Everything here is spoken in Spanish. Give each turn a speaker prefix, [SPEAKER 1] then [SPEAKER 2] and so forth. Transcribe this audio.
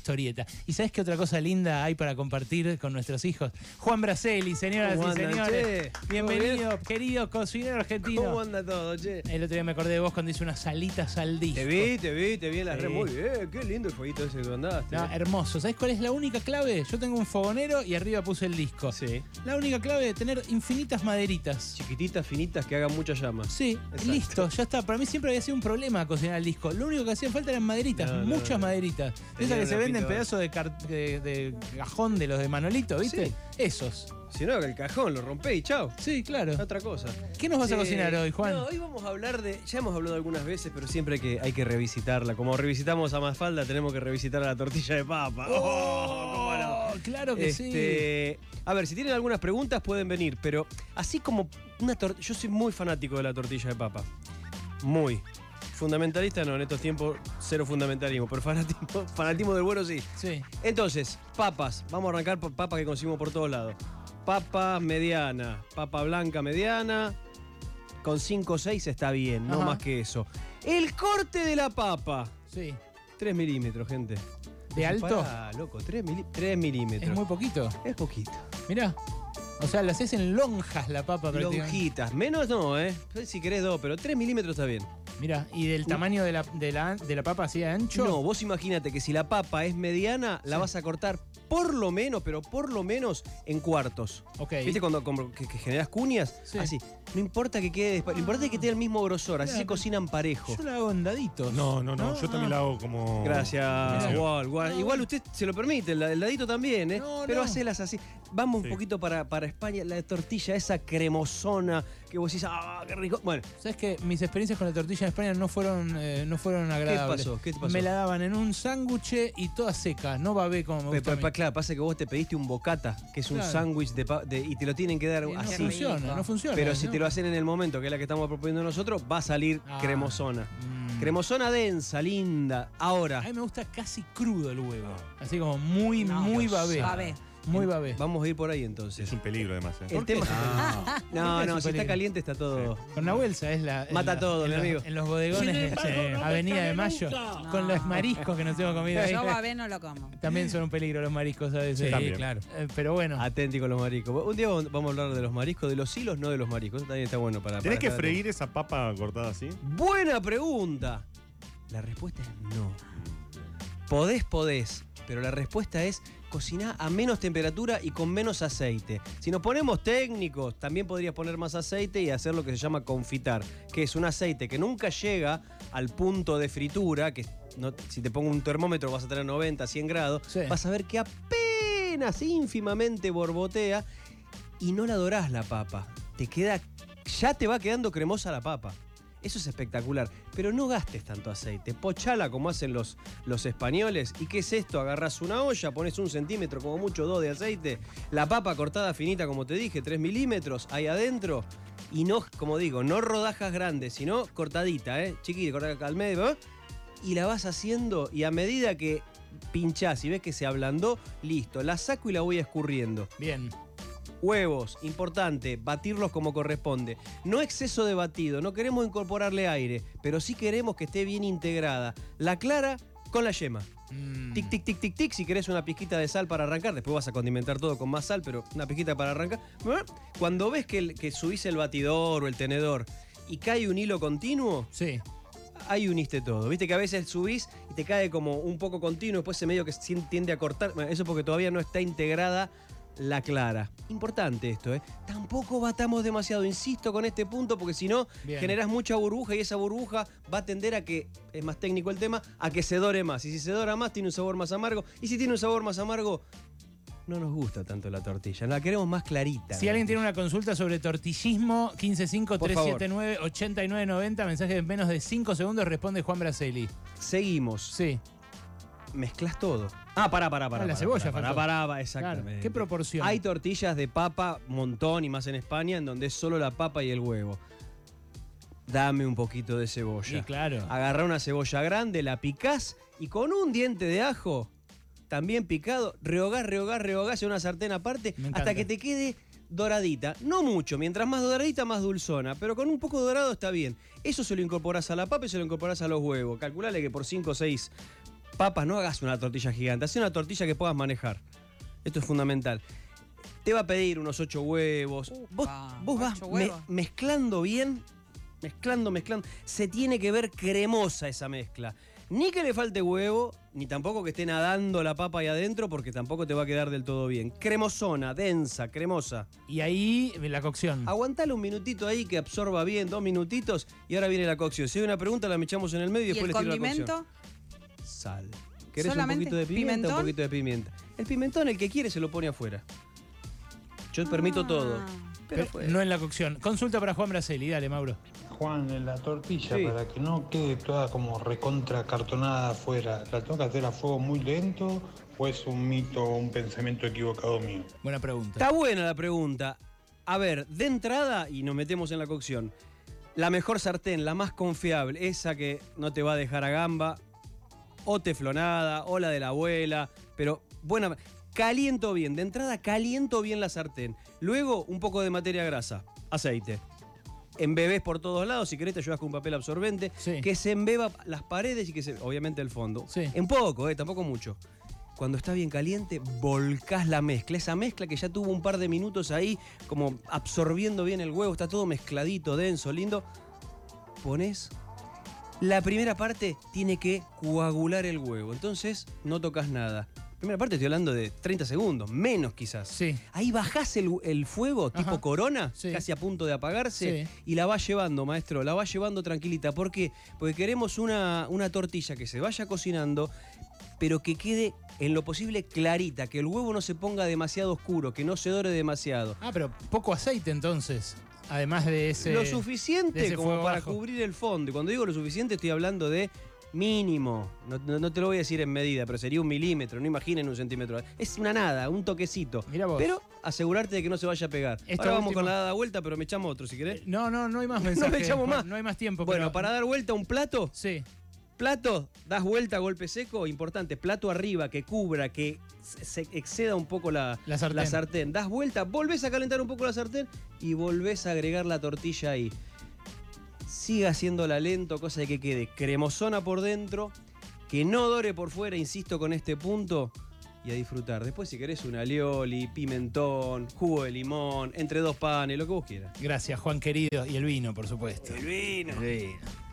[SPEAKER 1] historieta. ¿Y sabes qué otra cosa linda hay para compartir con nuestros hijos? Juan Braceli, señoras
[SPEAKER 2] ¿Cómo
[SPEAKER 1] y
[SPEAKER 2] andan,
[SPEAKER 1] señores.
[SPEAKER 2] che? ¿Todo
[SPEAKER 1] Bienvenido, querido cocinero
[SPEAKER 2] ¿Cómo
[SPEAKER 1] argentino.
[SPEAKER 2] anda todo, che?
[SPEAKER 1] El otro día me acordé de vos cuando hice unas salitas al disco.
[SPEAKER 2] Te vi, te vi, te vi en la
[SPEAKER 1] Sí.
[SPEAKER 2] red. Muy bien, qué lindo el jueguito ese que mandaste.
[SPEAKER 1] No, hermoso. ¿Sabes cuál es la única clave? Yo tengo un fogonero y arriba puse el disco.
[SPEAKER 2] sí.
[SPEAKER 1] La única clave es tener infinitas maderitas.
[SPEAKER 2] Chiquititas, finitas, que hagan muchas llamas.
[SPEAKER 1] Sí,
[SPEAKER 2] Exacto.
[SPEAKER 1] listo, ya está. Para mí siempre había sido un problema cocinar el disco. Lo único que hacían falta eran maderitas,
[SPEAKER 2] No, no,
[SPEAKER 1] muchas
[SPEAKER 2] no.
[SPEAKER 1] maderitas. De Esas
[SPEAKER 2] Tenía
[SPEAKER 1] que
[SPEAKER 2] una
[SPEAKER 1] se venden
[SPEAKER 2] pinta-
[SPEAKER 1] pedazos de, car- de- de cajón de los de Manolito, ¿viste?
[SPEAKER 2] Sí.
[SPEAKER 1] Esos.
[SPEAKER 2] Si no, el cajón, lo rompé y chao.
[SPEAKER 1] Sí, claro.
[SPEAKER 2] Otra cosa.
[SPEAKER 1] ¿Qué nos vas a
[SPEAKER 2] Eh,
[SPEAKER 1] cocinar hoy, Juan?
[SPEAKER 2] Ah, No, hoy vamos a hablar de. Ya hemos hablado algunas veces, pero siempre hay que, hay que revisitarla. Como revisitamos a Mafalda, tenemos que revisitar a la tortilla de papa. ¡Oh! cómo no!
[SPEAKER 1] Oh, claro que sí.
[SPEAKER 2] Este, A ver, si tienen algunas preguntas pueden venir, pero así como una tor- yo soy muy fanático de la tortilla de papa. Muy. Fundamentalista no, en estos tiempos cero fundamentalismo, pero fanatismo, fanatismo del bueno sí.
[SPEAKER 1] Sí.
[SPEAKER 2] Entonces, papas, vamos a arrancar por papas que conseguimos por todos lados. Papa mediana, papa blanca mediana, con 5 o 6 está bien, no
[SPEAKER 1] Ajá.
[SPEAKER 2] más que eso. El corte de la papa,
[SPEAKER 1] Sí.
[SPEAKER 2] 3 milímetros, gente.
[SPEAKER 1] ¿De alto?
[SPEAKER 2] Pará, loco, 3, milímetros.
[SPEAKER 1] Es muy poquito.
[SPEAKER 2] Es poquito.
[SPEAKER 1] Mirá. O sea, lo haces en lonjas la papa prácticamente.
[SPEAKER 2] Lonjitas. Menos no, ¿eh? Si querés dos, pero 3 milímetros está bien.
[SPEAKER 1] Mirá, y del tamaño de la, de la, de la papa así de ancho.
[SPEAKER 2] No, vos imagínate que si la papa es mediana, la
[SPEAKER 1] Sí.
[SPEAKER 2] vas a cortar por lo menos, pero por lo menos en cuartos.
[SPEAKER 1] Ok.
[SPEAKER 2] ¿Viste cuando como que, que generas cuñas?
[SPEAKER 1] Sí.
[SPEAKER 2] Así. No importa que quede. despa- Lo importante es que tenga el mismo grosor, así
[SPEAKER 1] Claro,
[SPEAKER 2] se
[SPEAKER 1] pero-
[SPEAKER 2] cocinan parejo.
[SPEAKER 1] Yo la hago en daditos.
[SPEAKER 3] No, no, no, yo también
[SPEAKER 1] ah.
[SPEAKER 3] la hago como.
[SPEAKER 2] Gracias,
[SPEAKER 3] Mirá.
[SPEAKER 2] Wal, Wal.
[SPEAKER 1] No,
[SPEAKER 2] Igual
[SPEAKER 1] bueno.
[SPEAKER 2] usted se lo permite, el, el dadito también, ¿eh?
[SPEAKER 1] No,
[SPEAKER 2] Pero
[SPEAKER 1] no.
[SPEAKER 2] hacelas así. Vamos
[SPEAKER 3] Sí.
[SPEAKER 2] un poquito para, para España, la tortilla, esa cremosona que vos decís, ¡ah, qué rico! Bueno,
[SPEAKER 1] ¿Sabes que Mis experiencias con la tortilla en España no fueron, eh, no fueron agradables.
[SPEAKER 2] pasó? ¿Qué te pasó?
[SPEAKER 1] Me la daban en un sándwich y toda seca, no babé como me
[SPEAKER 2] Pe-
[SPEAKER 1] gusta.
[SPEAKER 2] pe-
[SPEAKER 1] a
[SPEAKER 2] pa-
[SPEAKER 1] mí.
[SPEAKER 2] claro, pasa que vos te pediste un bocata, que es un
[SPEAKER 1] Claro.
[SPEAKER 2] sándwich de, pa- de- y te lo tienen que dar
[SPEAKER 1] Y Eh, no
[SPEAKER 2] así.
[SPEAKER 1] funciona, no funciona.
[SPEAKER 2] Pero si
[SPEAKER 1] ¿no?
[SPEAKER 2] te lo hacen en el momento, que es la que estamos proponiendo nosotros, va a salir
[SPEAKER 1] Ah.
[SPEAKER 2] cremosona.
[SPEAKER 1] Mm.
[SPEAKER 2] Cremosona densa, linda. Ahora,
[SPEAKER 1] A mí me gusta casi crudo el huevo. Así como muy, muy babé.
[SPEAKER 4] Babé.
[SPEAKER 1] Muy babé.
[SPEAKER 2] vamos a ir por ahí entonces.
[SPEAKER 3] Es un peligro, además. ¿eh?
[SPEAKER 2] El
[SPEAKER 1] ¿Por
[SPEAKER 2] tema.
[SPEAKER 1] qué
[SPEAKER 2] No, no,
[SPEAKER 1] es
[SPEAKER 2] si
[SPEAKER 1] un
[SPEAKER 2] está
[SPEAKER 1] peligro?
[SPEAKER 2] caliente está todo.
[SPEAKER 1] Con la bolsa es la. en
[SPEAKER 2] Mata
[SPEAKER 1] la-
[SPEAKER 2] todo,
[SPEAKER 1] en
[SPEAKER 2] mi
[SPEAKER 1] los-
[SPEAKER 2] amigo.
[SPEAKER 1] En los bodegones de Avenida de Mayo. Con los mariscos que nos hemos comido ahí.
[SPEAKER 4] Yo babé no lo como.
[SPEAKER 1] También son un peligro los mariscos a veces.
[SPEAKER 3] Sí, También.
[SPEAKER 1] claro. Ah. pero bueno.
[SPEAKER 2] Atenti con Ah. los mariscos. Un día vamos a hablar de los mariscos, de los hilos, no de los mariscos. Eso También está bueno para.
[SPEAKER 3] ¿Tenés
[SPEAKER 2] para
[SPEAKER 3] que
[SPEAKER 2] estar atento.
[SPEAKER 3] freír esa papa cortada así?
[SPEAKER 2] Buena pregunta. La respuesta es no. Podés, podés, pero la respuesta es cocinar a menos temperatura y con menos aceite. Si nos ponemos técnicos, también podrías poner más aceite y hacer lo que se llama confitar, que es un aceite que nunca llega al punto de fritura, que no- si te pongo un termómetro vas a tener 90, 100 grados,
[SPEAKER 1] Sí.
[SPEAKER 2] vas a ver que apenas ínfimamente borbotea y no la dorás la papa. Te queda, ya te va quedando cremosa la papa. Eso es espectacular. Pero no gastes tanto aceite. Pochala como hacen los, los españoles. ¿Y qué es esto? Agarras una olla, pones un centímetro, como mucho dos de aceite, la papa cortada finita, como te dije, 3 milímetros, ahí adentro. Y no, como digo, no rodajas grandes, sino cortadita, ¿eh? Chiquita, cortada al medio. ¿eh? Y la vas haciendo y a medida que pinchás y ves que se ablandó, listo. La saco y la voy escurriendo.
[SPEAKER 1] Bien.
[SPEAKER 2] Huevos, importante, batirlos como corresponde. No exceso de batido, no queremos incorporarle aire, pero sí queremos que esté bien integrada. La clara con la yema.
[SPEAKER 1] Mm.
[SPEAKER 2] Tic, tic, tic, tic, tic. Si querés una pizquita de sal para arrancar, después vas a condimentar todo con más sal, pero una pizquita para arrancar. Cuando ves que, el- que subís el batidor o el tenedor y cae un hilo continuo,
[SPEAKER 1] Sí.
[SPEAKER 2] ahí uniste todo. Viste que a veces subís y te cae como un poco continuo, después se medio que se tiende a cortar. Bueno, eso porque todavía no está integrada la clara. Importante esto, ¿eh? Tampoco batamos demasiado, insisto con este punto, porque si no,
[SPEAKER 1] Bien.
[SPEAKER 2] generás mucha burbuja y esa burbuja va a tender a que, es más técnico el tema, a que se dore más. Y si se dora más, tiene un sabor más amargo. Y si tiene un sabor más amargo, no nos gusta tanto la tortilla, la queremos más clarita.
[SPEAKER 1] Si alguien tiene una consulta sobre tortillismo, 155-379-8990, mensaje en menos de 5 segundos, responde Juan Braceli.
[SPEAKER 2] Seguimos.
[SPEAKER 1] Sí,
[SPEAKER 2] Mezclas todo. Ah, pará, pará,
[SPEAKER 1] Ah,
[SPEAKER 2] pará.
[SPEAKER 1] la
[SPEAKER 2] pará,
[SPEAKER 1] cebolla
[SPEAKER 2] pará,
[SPEAKER 1] faltó.
[SPEAKER 2] pará, pará,
[SPEAKER 1] claro.
[SPEAKER 2] exactamente.
[SPEAKER 1] ¿Qué proporción?
[SPEAKER 2] Hay tortillas de papa, montón y más en España, en donde es solo la papa y el huevo. Dame un poquito de cebolla.
[SPEAKER 1] Sí, claro.
[SPEAKER 2] Agarrá una cebolla grande, la picás y con un diente de ajo, también picado, rehogás, rehogás, rehogás en una sartén aparte
[SPEAKER 1] Me encanta.
[SPEAKER 2] hasta que te quede doradita. No mucho, mientras más doradita, más dulzona, pero con un poco de dorado está bien. Eso se lo incorporás a la papa y se lo incorporás a los huevos. Calculale que por 5 o 6 papas, no hagas una tortilla gigante, haz una tortilla que puedas manejar. Esto es fundamental. Te va a pedir unos ocho huevos. vos
[SPEAKER 4] Upa,
[SPEAKER 2] vos vas
[SPEAKER 4] ocho
[SPEAKER 2] me-
[SPEAKER 4] huevos.
[SPEAKER 2] mezclando bien, mezclando, mezclando. Se tiene que ver cremosa esa mezcla. Ni que le falte huevo, ni tampoco que esté nadando la papa ahí adentro, porque tampoco te va a quedar del todo bien. Cremosona, densa, cremosa.
[SPEAKER 1] Y ahí la
[SPEAKER 4] Mm.
[SPEAKER 1] cocción.
[SPEAKER 2] Aguantale un minutito ahí que absorba bien, dos minutitos, y ahora viene la cocción. Si hay una pregunta, la echamos en el medio y,
[SPEAKER 4] ¿Y,
[SPEAKER 2] después
[SPEAKER 4] el
[SPEAKER 2] le tiro la cocción
[SPEAKER 4] condimento?
[SPEAKER 2] sal. ¿Querés
[SPEAKER 4] ¿Solamente?
[SPEAKER 2] un poquito de pimienta?
[SPEAKER 4] ¿Pimentón?
[SPEAKER 2] Un poquito de pimienta. El pimentón, el que quiere, se lo pone afuera. Yo
[SPEAKER 4] Ah.
[SPEAKER 2] permito todo. Pero,
[SPEAKER 1] Pero
[SPEAKER 2] fue-
[SPEAKER 1] no en la cocción. Consulta para Juan Braceli, dale, Mauro.
[SPEAKER 5] Juan, en la tortilla,
[SPEAKER 2] Sí.
[SPEAKER 5] para que no quede toda como recontra cartonada afuera, ¿la tengo que hacer a fuego muy lento o es un mito o un pensamiento equivocado mío?
[SPEAKER 1] Buena pregunta.
[SPEAKER 2] Está buena la pregunta. A ver, de entrada, y nos metemos en la cocción, la mejor sartén, la más confiable, esa que no te va a dejar a gamba, o teflonada, o la de la abuela, pero buena. Caliento bien, de entrada caliento bien la sartén. Luego un poco de materia grasa, aceite. Embebés por todos lados, si querés te ayudas con un papel absorbente,
[SPEAKER 1] Sí.
[SPEAKER 2] que se embeba las paredes y que se, obviamente el fondo.
[SPEAKER 1] Sí.
[SPEAKER 2] En poco, eh, tampoco mucho. Cuando está bien caliente, volcás la mezcla. Esa mezcla que ya tuvo un par de minutos ahí, como absorbiendo bien el huevo, está todo mezcladito, denso, lindo. Pones. La primera parte tiene que coagular el huevo, entonces no tocas nada. Primera parte estoy hablando de 30 segundos, menos quizás.
[SPEAKER 1] Sí.
[SPEAKER 2] Ahí bajás el, el fuego tipo
[SPEAKER 1] Ajá.
[SPEAKER 2] corona,
[SPEAKER 1] Sí.
[SPEAKER 2] casi a punto de apagarse,
[SPEAKER 1] Sí.
[SPEAKER 2] y la vas llevando, maestro, la vas llevando tranquilita. ¿Por qué? Porque queremos una, una tortilla que se vaya cocinando, pero que quede en lo posible clarita, que el huevo no se ponga demasiado oscuro, que no se dore demasiado.
[SPEAKER 1] Ah, pero poco aceite entonces. Además de ese.
[SPEAKER 2] lo
[SPEAKER 1] de
[SPEAKER 2] suficiente
[SPEAKER 1] ese
[SPEAKER 2] como
[SPEAKER 1] fuego
[SPEAKER 2] para
[SPEAKER 1] bajo.
[SPEAKER 2] cubrir el fondo. Y cuando digo lo suficiente estoy hablando de mínimo. No, no- no te lo voy a decir en medida, pero sería un milímetro, no imaginen un centímetro. Es una nada, un toquecito.
[SPEAKER 1] Mirá vos.
[SPEAKER 2] Pero asegurarte de que no se vaya a pegar.
[SPEAKER 1] Esto
[SPEAKER 2] Ahora vamos
[SPEAKER 1] último-
[SPEAKER 2] con la dada vuelta, pero me echamos otro si querés.
[SPEAKER 1] No, no, no hay más mensajes.
[SPEAKER 2] le echamos
[SPEAKER 1] Juan,
[SPEAKER 2] más.
[SPEAKER 1] No hay más tiempo.
[SPEAKER 2] Bueno,
[SPEAKER 1] pero-
[SPEAKER 2] para dar vuelta un plato,
[SPEAKER 1] Sí.
[SPEAKER 2] plato, das vuelta, golpe seco, importante, plato arriba, que cubra, que se se exceda un poco la,
[SPEAKER 1] La sartén.
[SPEAKER 2] das vuelta, volvés a calentar un poco la sartén y volvés a agregar la tortilla ahí. Siga haciéndola lento, cosa de que quede cremosona por dentro, que no dore por fuera, insisto con este punto, y a disfrutar. Después si querés un alioli, pimentón, jugo de limón, entre dos panes, lo que vos quieras.
[SPEAKER 1] Gracias, Juan querido. Y el vino, por supuesto.
[SPEAKER 2] El vino.
[SPEAKER 1] El vino.